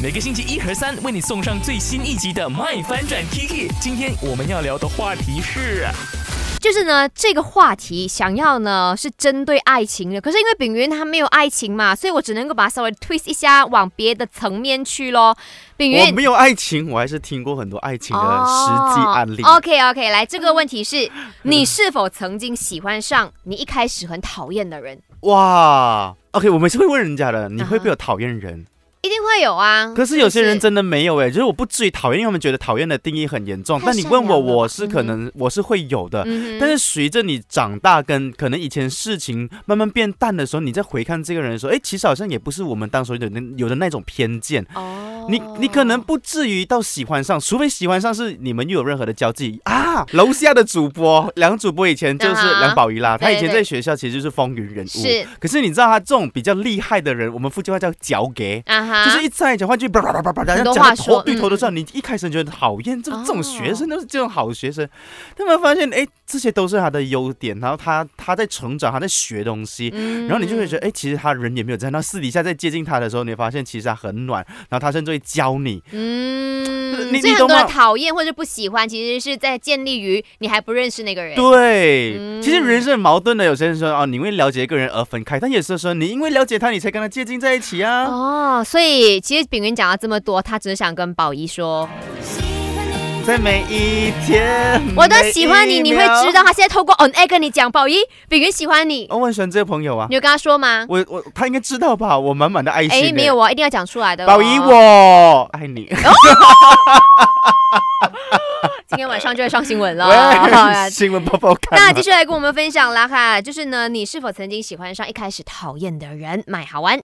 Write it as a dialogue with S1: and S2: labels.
S1: 每个星期一和三为你送上最新一集的《麦翻转 Kiki》。今天我们要聊的话题是，
S2: 就是呢，这个话题想要呢是针对爱情的，可是因为炳云他没有爱情嘛，所以我只能够把它稍微 twist 一下，往别的层面去咯。炳
S3: 我
S2: 云，
S3: 没有爱情，我还是听过很多爱情的
S2: 哦
S3: 实际案例。
S2: OK OK，来，这个问题是你是否曾经喜欢上你一开始很讨厌的人？
S3: 哇，OK，我们是会问人家的，你
S2: 啊哈
S3: 会不会有讨厌人？
S2: 一定会有啊。
S3: 可是有些人
S2: 嗯就是
S3: 真的没有哎、就是我不至于讨厌，因为他们觉得讨厌的定义很严重。
S2: 太
S3: 但你
S2: 善
S3: 问我，
S2: 良了吧
S3: 我是可能、我是会有的。
S2: 嗯哼
S3: 但是随着你长大，跟可能以前事情慢慢变淡的时候，你再回看这个人的时候，哎，其实好像也不是我们当时有的那有的那种偏见。
S2: 哦
S3: 你你可能不至于到喜欢上，除非喜欢上是你们又有任何的交际啊。楼下的主播梁主播以前就是
S2: 啊
S3: 梁宝仪啦，他以前
S2: 对
S3: 在
S2: 对
S3: 学校其实就是风云人物。
S2: 是
S3: 可是你知道他这种比较厉害的人，我们福建话叫“嚼给”，
S2: 啊哈，
S3: 就是一再讲话就叭叭叭叭叭，然
S2: 很
S3: 后
S2: 多
S3: 讲
S2: 话
S3: 得头
S2: 说
S3: 对头的
S2: 嗯
S3: 时候，你一开始觉得讨厌，这
S2: 哦
S3: 这种学生都是这种好学生，他们发现哎，这些都是他的优点，然后他他在成长，他在学东西，
S2: 嗯
S3: 然后你就会觉得，哎，其实他人也没有在那私底下在接近他的时候，你会发现其实他很暖，然后他甚至会教你。
S2: 嗯，
S3: 你
S2: 所以
S3: 你
S2: 很多
S3: 懂吗
S2: 人讨厌或者不喜欢，其实是在建立于你还不认识那个人。
S3: 对，
S2: 嗯
S3: 其实人是很矛盾的。有些人说哦，你因为了解一个人而分开，但也是说你因为了解他，你才跟他接近在一起啊。
S2: 哦，所以其实炳云讲了这么多，他只是想跟宝仪说，
S3: 在每一天，
S2: 我都喜欢你，
S3: 每
S2: 你
S3: 一
S2: 会
S3: 秒
S2: 知道。他现在透过 on air 跟你讲，宝仪，炳云喜欢你，
S3: 哦我很喜欢这个朋友啊
S2: 你，有跟他说吗？
S3: 我我他应该知道吧？我满满的爱心、
S2: 嗯哎，没有，哦，一定要讲出来的、哦。
S3: 宝仪，，我爱你。
S2: 今天晚上就会上新闻 了。哦
S3: 喂，新闻播报 看
S2: 那
S3: 啊。
S2: 继续来跟我们分享啦哈，就是呢，你是否曾经喜欢上一开始讨厌的人？买好玩。